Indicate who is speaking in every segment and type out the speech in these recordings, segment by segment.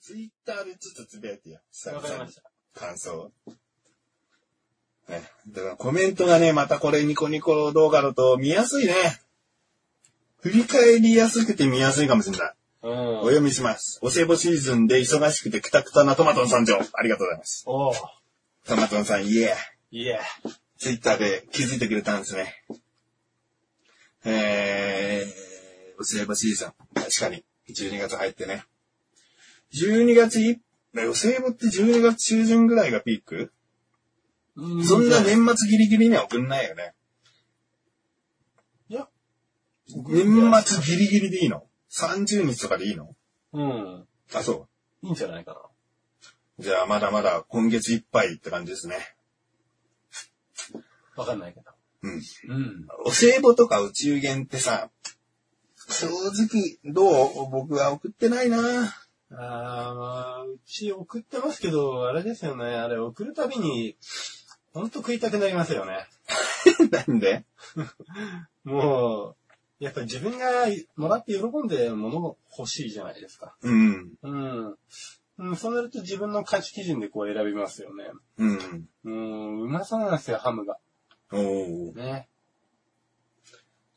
Speaker 1: ツイッターでちょっとつぶやいてよ。久
Speaker 2: わかりま
Speaker 1: 々に
Speaker 2: した。
Speaker 1: 感想を。ね。だからコメントがね、またこれニコニコ動画だと見やすいね。振り返りやすくて見やすいかもしれない。
Speaker 2: うん。
Speaker 1: お読みします。お歳暮シーズンで忙しくてクタクタなトマトンさん上。ありがとうございます。
Speaker 2: おう。
Speaker 1: トマトンさん、イエー。
Speaker 2: いえ。
Speaker 1: ツイッターで気づいてくれたんですね。えー、お歳暮シーズン。確かに。12月入ってね。12月いっぱい、お歳暮って12月中旬ぐらいがピークそんな。年末ギリギリには送んないよね。
Speaker 2: いや。
Speaker 1: 年末ギリギリでいいの ?30 日とかでいいの
Speaker 2: うん。
Speaker 1: あ、そう。
Speaker 2: いいんじゃないかな。
Speaker 1: じゃあ、まだまだ今月いっぱいって感じですね。
Speaker 2: わかんないけど。
Speaker 1: うん。
Speaker 2: うん。
Speaker 1: お歳暮とかお中元ってさ、正直、どう僕は送ってないな
Speaker 2: あー、まあ、うち送ってますけど、あれですよね。あれ送るたびに、ほんと食いたくなりますよね。
Speaker 1: なんで
Speaker 2: もう、やっぱり自分がもらって喜んでるものが欲しいじゃないですか。
Speaker 1: うん。
Speaker 2: うん。うん、そうなると自分の価値基準でこう選びますよね。
Speaker 1: うん。
Speaker 2: うん、うまそうなんですよ、ハムが。
Speaker 1: おー。
Speaker 2: ね。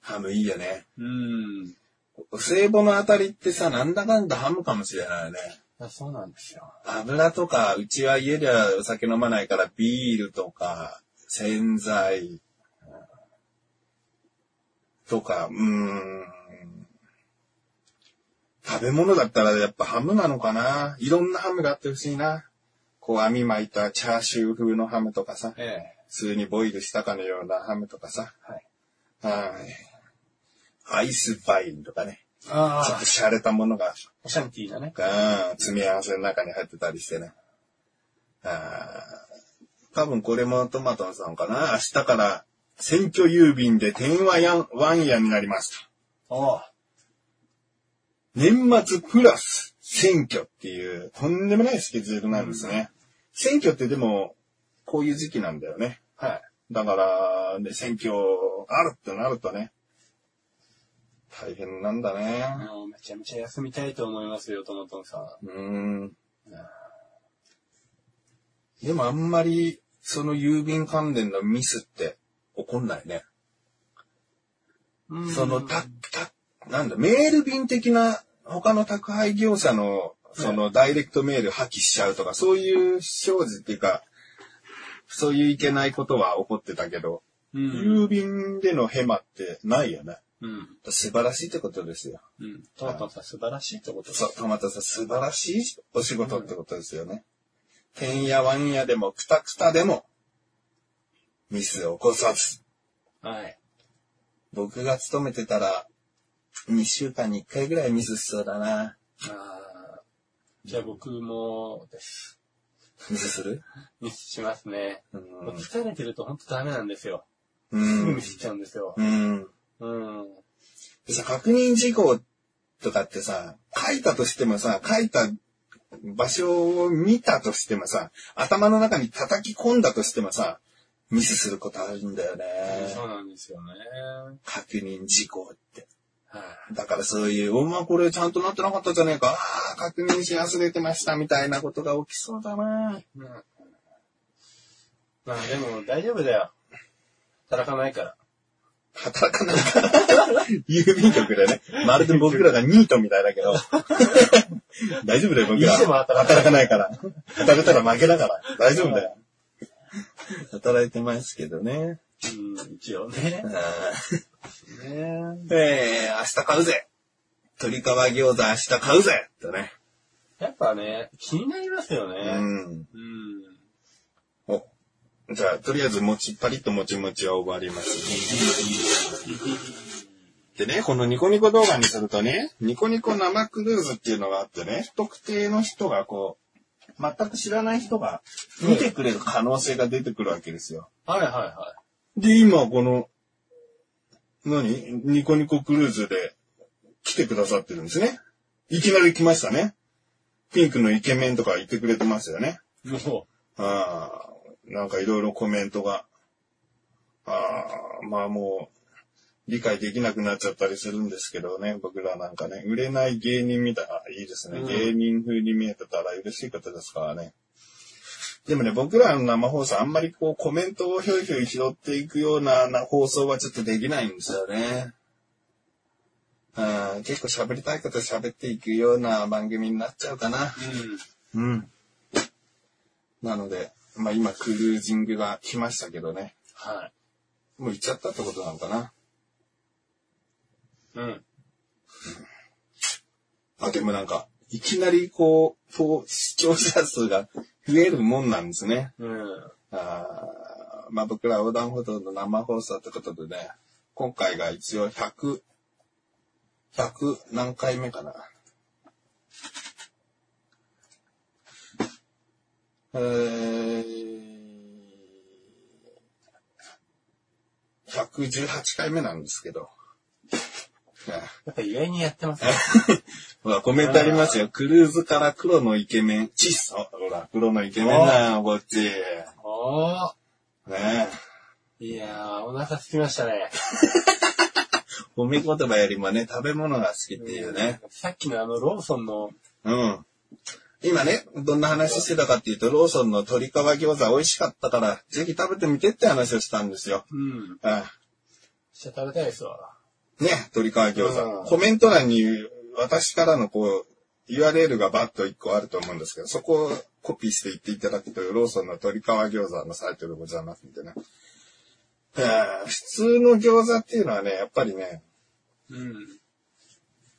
Speaker 1: ハムいいよね。
Speaker 2: うん。い
Speaker 1: お歳暮のあたりってさ、なんだかんだハムかもしれないよね。
Speaker 2: やそうなんですよ。
Speaker 1: 油とか、うちは家ではお酒飲まないから、ビールとか、洗剤、とか、うーん。食べ物だったらやっぱハムなのかないろんなハムがあってほしいな。こう網巻いたチャーシュー風のハムとかさ、
Speaker 2: ええ。
Speaker 1: 普通にボイルしたかのようなハムとかさ。
Speaker 2: はい。
Speaker 1: はい。アイスバインとかね。
Speaker 2: あ
Speaker 1: ちょっと。洒落たものが
Speaker 2: オシャンティーなね。
Speaker 1: うん、詰め合わせの中に入ってたりしてね。あー多分これもトマトンさんかな。明日から選挙郵便で天和やんワンヤになりますと。
Speaker 2: おう
Speaker 1: 年末プラス選挙っていう、とんでもないスケジュールなんですね。選挙ってでも、こういう時期なんだよね。
Speaker 2: はい。
Speaker 1: だから、で、選挙あるってなるとね、大変なんだ
Speaker 2: あ
Speaker 1: ね。
Speaker 2: のめちゃめちゃ休みたいと思いますよ、トマトンさん。
Speaker 1: うん。でもあんまり、その郵便関連のミスって起こんないね。その、た、た、なんだ、メール便的な他の宅配業者の、そのダイレクトメール破棄しちゃうとか、そういう生じっていうか、そういういけないことは起こってたけど、
Speaker 2: うん。
Speaker 1: 郵便でのヘマってないよね。
Speaker 2: うん。
Speaker 1: 素晴らしいってことですよ。
Speaker 2: うん。トマトンさん素晴らしいってことです
Speaker 1: そう、トマトさん素晴らしいお仕事ってことですよね。てんやわんやでも、くたくたでも、ミスを起こさず。
Speaker 2: はい。
Speaker 1: 僕が勤めてたら、2週間に1回ぐらいミスしそうだな。
Speaker 2: あーじゃあ僕もです。
Speaker 1: ミスする
Speaker 2: ミスしますね。
Speaker 1: う。
Speaker 2: もうん疲れてると本当ダメなんですよ。
Speaker 1: う
Speaker 2: すぐミ
Speaker 1: ん。
Speaker 2: スっちゃうんですよ。
Speaker 1: うん。
Speaker 2: うん。
Speaker 1: でさ、確認事項とかってさ、書いたとしてもさ、書いた場所を見たとしてもさ、頭の中に叩き込んだとしてもさ、ミスすることあるんだよね。
Speaker 2: そうなんですよね。
Speaker 1: 確認事項って。
Speaker 2: はい。
Speaker 1: だからそういう、お前これちゃんとなってなかったじゃねえか。ああ、確認し忘れてましたみたいなことが起きそうだな。
Speaker 2: うんまあでも大丈夫だよ。働かないから。
Speaker 1: 働かないから。郵便局でね。まるで僕らがニートみたいだけど。 大丈夫だよ、僕ら。
Speaker 2: いつでも働かない
Speaker 1: 働かないから。働いたら負けだから。大丈夫だよ。働いてますけどね。
Speaker 2: うん、一応ね
Speaker 1: あ。ー
Speaker 2: ね
Speaker 1: えー、明日買うぜ。鶏皮餃子明日買うぜとね。
Speaker 2: やっぱね、気になりますよ
Speaker 1: うん。
Speaker 2: ね。うん。
Speaker 1: お。じゃあ、とりあえず、もち、パリッともちもちは終わります。 でね、このニコニコ動画にするとね、ニコニコ生クルーズっていうのがあってね、不特定の人がこう、全く知らない人が見てくれる可能性が出てくるわけですよ。
Speaker 2: はいはいは
Speaker 1: で、今この、何ニコニコクルーズで来てくださってるんですね。いきなり来ましたね。ピンクのイケメンとか言ってくれてますよね。
Speaker 2: い。も
Speaker 1: ああ、なんかいろいろコメントが。ああ、まあもう、理解できなくなっちゃったりするんですけどね、僕らなんかね、売れない芸人みたいな、あいいですね、
Speaker 2: うん
Speaker 1: 芸人風に見えてたら嬉しい方ですからね。でもね、僕らの生放送あんまりこうコメントをひょいひょい拾っていくようなな放送はちょっとできないんですよね。うん結構喋りたいこと喋っていくような番組になっちゃうかな。うん。なので、まあ今クルージングが来ましたけどね。
Speaker 2: はい。
Speaker 1: もう行っちゃったってことなのかな。
Speaker 2: うん。
Speaker 1: あ、でもなんか、いきなりこう、と視聴者数が増えるもんなんですね。
Speaker 2: うん。
Speaker 1: あーまあ僕ら横断歩道の生放送ってことでね、今回が一応100、100何回目かな。えー、118回目なんですけど。ね
Speaker 2: やっぱ意外にやってますね。
Speaker 1: ほら、コメントありますよ。クルーズから黒のイケメン、チッソ。ほら、黒のイケメンなの、こっち。ね
Speaker 2: おー。
Speaker 1: え。
Speaker 2: いやー、お腹すきましたね。
Speaker 1: 褒め言葉よりもね、食べ物が好きっていうね。。
Speaker 2: さっきのあの、ローソンの、
Speaker 1: うん。今ね、どんな話してたかっていうと、ローソンの鶏皮餃子美味しかったから、ぜひ食べてみてって話をしたんですよ。
Speaker 2: うん。
Speaker 1: あ
Speaker 2: じゃ食べたいですわ。
Speaker 1: ね、鶏皮餃
Speaker 2: う
Speaker 1: 子。
Speaker 2: ん
Speaker 1: コメント欄に私からのこう、URL がバッと1個あると思うんですけど、そこをコピーしていっていただくと、ローソンの鶏皮餃子のサイトでございますんでね。えー普通の餃子っていうのはね、やっぱりね、
Speaker 2: うん。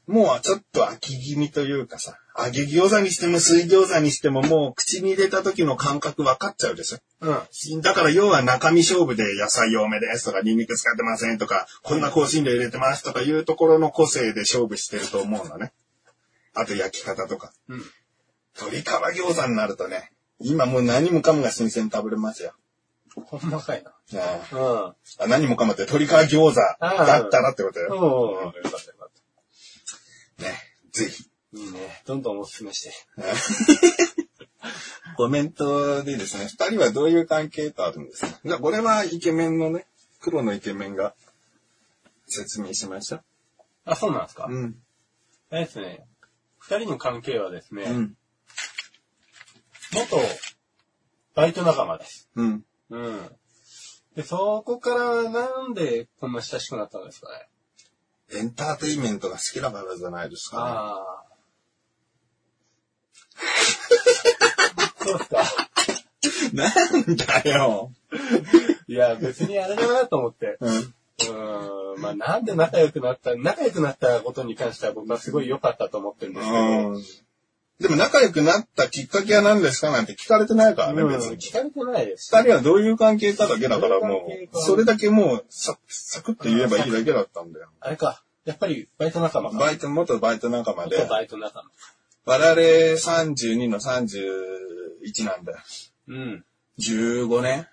Speaker 1: もうちょっと飽き気味というかさ、揚げ餃子にしても水餃子にしてももう口に入れた時の感覚分かっちゃうでしょ。
Speaker 2: うん。
Speaker 1: だから要は中身勝負で野菜多めですとかニンニク使ってませんとか、こんな香辛料入れてますとかいうところの個性で勝負してると思うのね。あと焼き方とか。
Speaker 2: うん。
Speaker 1: 鶏皮餃子になるとね、今もう何もかもが新鮮に食べれますよ。
Speaker 2: ほんまかいな。
Speaker 1: ねえ
Speaker 2: うん。
Speaker 1: あ何もかもって鶏皮餃子だったらってこと
Speaker 2: うん。
Speaker 1: よ。
Speaker 2: よかったよかっ
Speaker 1: ね。ぜひ。
Speaker 2: た。いいね。どんどんおすすめして。
Speaker 1: コメントでですね、二人はどういう関係とあるんですかじゃあ、これはイケメンのね、黒のイケメンが説明しました。
Speaker 2: あ、そうなんですか
Speaker 1: ん。
Speaker 2: あれですね。二人の関係はですね、
Speaker 1: うん。
Speaker 2: 元、バイト仲間です。
Speaker 1: うん。
Speaker 2: うん。で、そこからなんでこんな親しくなったんですかね。
Speaker 1: エンターテインメントが好きだからじゃないですか、
Speaker 2: ああ。そうですか。
Speaker 1: ね。なんだよ。
Speaker 2: いや、別にあれだなと思って。
Speaker 1: うん。
Speaker 2: うーん。まあ、なんで仲良くなった、仲良くなったことに関しては僕はすごい良かったと思ってるんですけど。
Speaker 1: うん。でも仲良くなったきっかけは何ですかなんて聞かれてないからね、
Speaker 2: うん
Speaker 1: 別に。
Speaker 2: 聞かれてないです。
Speaker 1: 二人はどういう関係かだけだから
Speaker 2: ど
Speaker 1: も
Speaker 2: ういう関係
Speaker 1: う、
Speaker 2: か
Speaker 1: それだけもうサ、サクッと言えばいいだけだったんだよ。
Speaker 2: あれか。やっぱりバイト仲間か。
Speaker 1: バイト、元バイト仲間で。
Speaker 2: 元バイト仲間。
Speaker 1: 我々32の31なんだよ。
Speaker 2: うん。
Speaker 1: 15年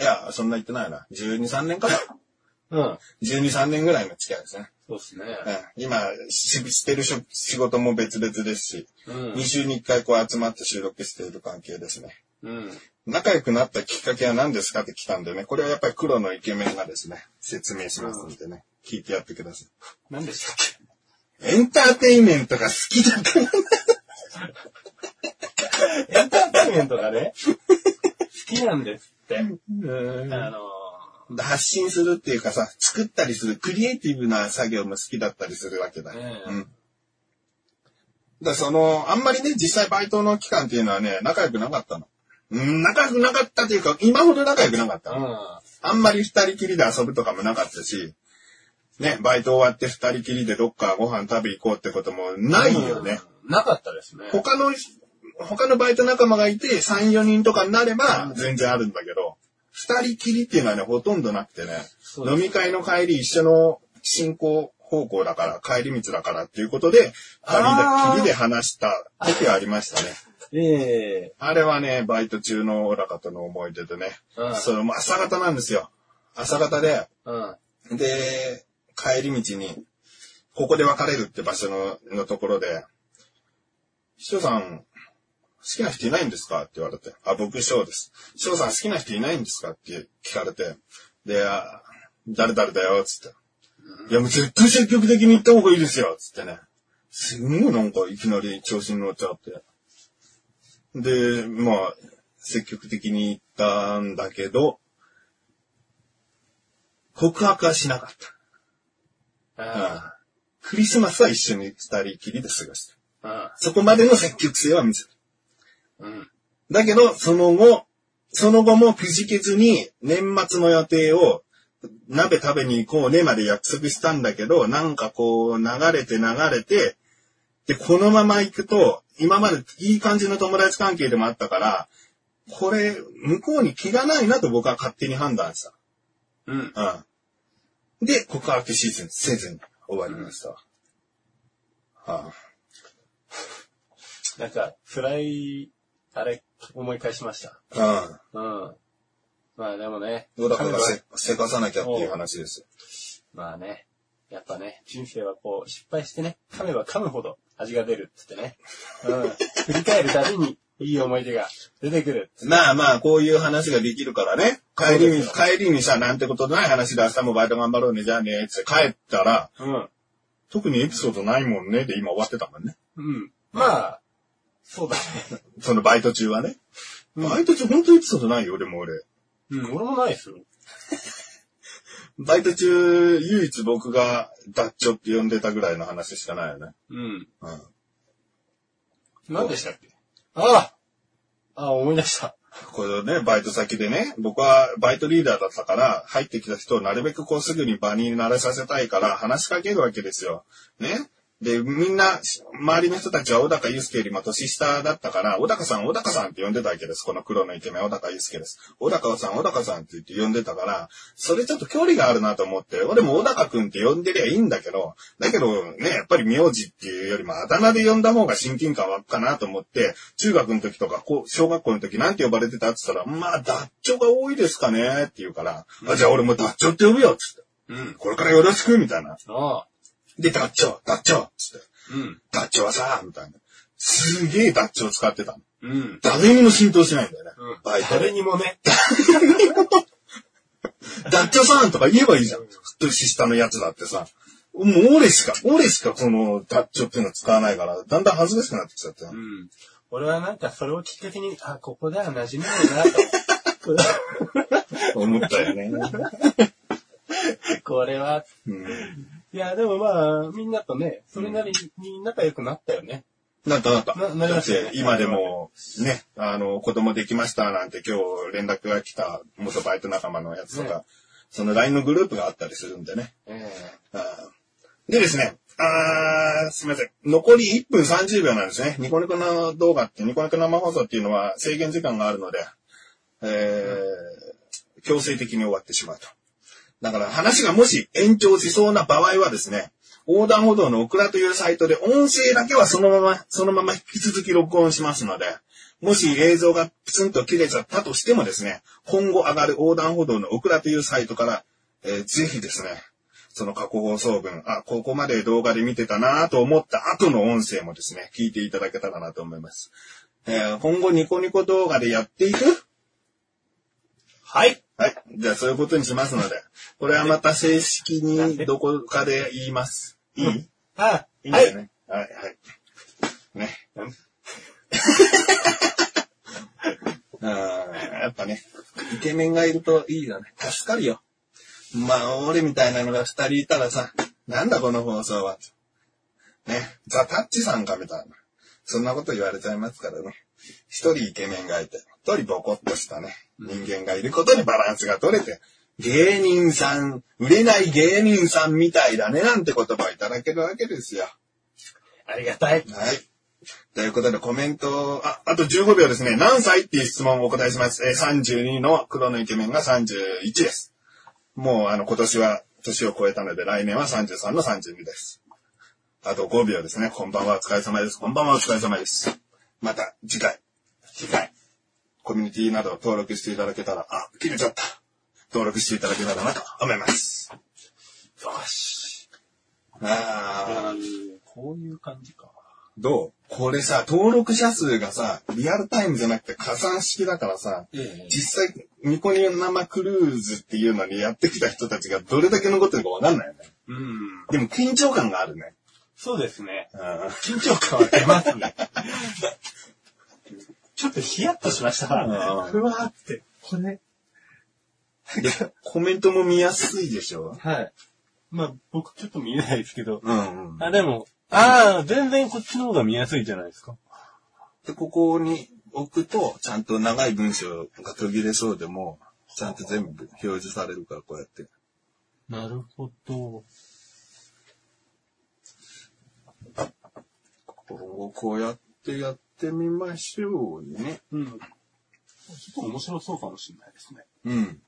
Speaker 1: いや、そんな言ってないな。12、3年かな。
Speaker 2: うん。
Speaker 1: 12、3年ぐらいの付き合いですね。
Speaker 2: そうですね。
Speaker 1: うん、今し、してるしょ仕事も別々ですし、
Speaker 2: うん
Speaker 1: 2。週に1回こう集まって収録している関係ですね。
Speaker 2: うん。
Speaker 1: 仲良くなったきっかけは何ですかって来たんでね、これはやっぱり黒のイケメンがですね、説明しますんでね、聞いてやってください。
Speaker 2: 何でしたっけ
Speaker 1: エンターテインメントが好きだから、好
Speaker 2: エンターテインメントが ね、好きなんですって。あの
Speaker 1: 発信するっていうかさ、作ったりする、クリエイティブな作業も好きだったりするわけだ。
Speaker 2: ねえ
Speaker 1: うん。だからその、あんまりね、実際バイトの期間っていうのはね、仲良くなかったの。うん、仲良くなかったというか、今ほど仲良くなかったの。
Speaker 2: ー、
Speaker 1: あんまり二人きりで遊ぶとかもなかったし、ね、バイト終わって二人きりでどっかご飯食べ行こうってこともないよね。
Speaker 2: うん。なかったですね。
Speaker 1: 他の、他のバイト仲間がいて、3、4人とかになれば、全然あるんだけど、二人きりっていうのはね、ほとんどなくてね、
Speaker 2: そうです
Speaker 1: 飲み会の帰り一緒の進行方向だから、帰り道だからっていうことで、二
Speaker 2: あー
Speaker 1: 人きりで話した時はありましたね。
Speaker 2: ええ
Speaker 1: あれはね、バイト中のオラカとの思い出でね、
Speaker 2: うん
Speaker 1: それも朝方なんですよ。朝方で、
Speaker 2: うん。
Speaker 1: で、帰り道に、ここで別れるって場所ののところで、師匠さん、好きな人いないんですかって言われて、あ、僕、師匠です。師匠さん、好きな人いないんですかって聞かれて、で、あ誰々だよ、つって。いや、もう絶対積極的に行った方がいいですよ、つってね。すんごいなんかいきなり調子に乗っちゃって。で、まあ、積極的に行ったんだけど、告白はしなかった。
Speaker 2: あ
Speaker 1: クリスマスは一緒に二人きりで過ごした。
Speaker 2: あ、あ
Speaker 1: そこまでの積極性は見せる。
Speaker 2: あ、うん。
Speaker 1: だけど、その後、その後もくじけずに、年末の予定を、鍋食べに行こうねまで約束したんだけど、なんかこう、流れて流れて、で、このまま行くと、今までいい感じの友達関係でもあったから、これ、向こうに気がないなと僕は勝手に判断した。
Speaker 2: うん。
Speaker 1: うん。で、告白シーズンせずに終わりました。ああ
Speaker 2: なんか、フライ、あれ、思い返しました。
Speaker 1: うん。
Speaker 2: うん。まあでもね。
Speaker 1: どうだから
Speaker 2: 彼は
Speaker 1: せ、せかさなきゃっていう話ですよ。
Speaker 2: まあね。やっぱね、人生はこう、失敗してね、噛めば噛むほど味が出るってってね。うん。振り返るたびに、いい思い出が出てくる。
Speaker 1: まあまあ、こういう話ができるからね。帰りに、帰りにさ、なんてことない話で明日もバイト頑張ろうね、じゃあね、つって帰ったら、
Speaker 2: うん。
Speaker 1: 特にエピソードないもんね、で今終わってたもんね。
Speaker 2: うん。まあ、そうだね。
Speaker 1: そのバイト中はね。
Speaker 2: うん
Speaker 1: バイト中本当エピソードないよ、俺も俺。
Speaker 2: うん、俺もないですよ。
Speaker 1: バイト中、唯一僕がダッチョって呼んでたぐらいの話しかないよね。
Speaker 2: うん。
Speaker 1: うん。
Speaker 2: 何でしたっけあああ、思い出した。
Speaker 1: これをね、バイト先でね、僕はバイトリーダーだったから、入ってきた人をなるべくこうすぐに場に慣れさせたいから話しかけるわけですよ。ね。で、みんな、し周りの人たちは小高祐介よりも年下だったから、小高さん、小高さんって呼んでたわけです。この黒のイケメン、小高祐介です。小高さん、小高さんって言って呼んでたから、それちょっと距離があるなと思って、俺も小高くんって呼んでりゃいいんだけど、だけどね、やっぱり名字っていうよりもあだ名で呼んだ方が親近感湧くかなと思って、中学の時とか、こう、小学校の時なんて呼ばれてたって言ったら、まあ、ダッチョが多いですかねって言うから、あ、じゃあ俺もダッチョって呼ぶよっつって、
Speaker 2: うん。
Speaker 1: これからよろしくみたいな。
Speaker 2: ああ。
Speaker 1: で、ダッチョ、ダッチョっつって、
Speaker 2: うん。
Speaker 1: ダッチョはさ、みたいな。すげえダッチョを使ってたの。
Speaker 2: うん。
Speaker 1: 誰にも浸透しないんだよね。バイト
Speaker 2: 誰
Speaker 1: で。
Speaker 2: にもね。
Speaker 1: ダッチョさんとか言えばいいじゃん。年下のやつだってさ。もう俺しか、俺しかこのダッチョっていうの使わないから、だんだん恥ずかしくなってきちゃって。
Speaker 2: うん。俺はなんかそれをきっかけに、あ、ここでは馴染めない な
Speaker 1: 思ったよね。
Speaker 2: と。これは。
Speaker 1: うん。
Speaker 2: いや、でもまあ、みんなとね、それなりに仲良くなったよね。
Speaker 1: なんかなんか。
Speaker 2: ななりましたよね
Speaker 1: だって今でも、ね、あの、子供できましたなんて今日連絡が来た元バイト仲間のやつとか、
Speaker 2: ね
Speaker 1: その LINE のグループがあったりするんでね。
Speaker 2: え
Speaker 1: あーでですね、あーすみません。残り1分30秒なんですね。ニコニコの動画って、ニコニコ生放送っていうのは制限時間があるので、えー、強制的に終わってしまうと。だから話がもし延長しそうな場合はですね、横断歩道のオクラというサイトで音声だけはそのまま、そのまま引き続き録音しますので、もし映像がプツンと切れちゃったとしてもですね、今後上がる横断歩道のオクラというサイトから、えーぜひですね、その過去放送分、あ、ここまで動画で見てたなぁと思った後の音声もですね、聞いていただけたらなと思います。えー今後ニコニコ動画でやっていく
Speaker 2: はい。
Speaker 1: はい。じゃあそういうことにしますので、これはまた正式にどこかで言います。いいい
Speaker 2: あ、
Speaker 1: いん
Speaker 2: は
Speaker 1: だよ
Speaker 2: い。
Speaker 1: ね。はい、はい。ね。あーやっぱね、イケメンがいるといいよね。助かるよ。まあ、俺みたいなのが二人いたらさ、なんだこの放送は。ね、ザ・タッチさんかみたいな。そんなこと言われちゃいますからね。一人イケメンがいて、一人ボコッとしたね、人間がいることにバランスが取れて、芸人さん、売れない芸人さんみたいだねなんて言葉をいただけるわけですよ。
Speaker 2: ありがた
Speaker 1: は
Speaker 2: い。
Speaker 1: い。ということで、コメント、あ、あと15秒ですね。何歳っていう質問をお答えします。えー、32の黒のイケメンが31です。もう、あの、今年は、年を超えたので、来年は33の32です。あと5秒ですね。こんばんは、お疲れ様です。こんばんは、お疲れ様です。また、次回。次回。コミュニティなどを登録していただけたら、あ、切れちゃった。登録していただけたらなと思います。
Speaker 2: よし。
Speaker 1: あー。
Speaker 2: こういう感じか。
Speaker 1: どうこれさ、登録者数がさ、リアルタイムじゃなくて加算式だからさ、
Speaker 2: ええ
Speaker 1: 実 際、ニコニコ生クルーズっていうのにやってきた人たちがどれだけのことかわかんないよね。
Speaker 2: うん。
Speaker 1: でも緊張感があるね。
Speaker 2: そうですね。
Speaker 1: うん。
Speaker 2: 緊張感は出ます ね。ちょっとヒヤッとしました。
Speaker 1: うん
Speaker 2: うわーって。これ。
Speaker 1: で、コメントも見やすいでしょ
Speaker 2: はい。まあ、僕ちょっと見えないですけど。
Speaker 1: うんうん。
Speaker 2: あ、でも、ああ、全然こっちの方が見やすいじゃないですか。
Speaker 1: で、ここに置くと、ちゃんと長い文章が途切れそうでも、ちゃんと全部表示されるから、こうやって。
Speaker 2: なるほど。
Speaker 1: 今後こうやってやってみましょうね。
Speaker 2: うん。ちょっと面白そうかもしれないですね。
Speaker 1: うん。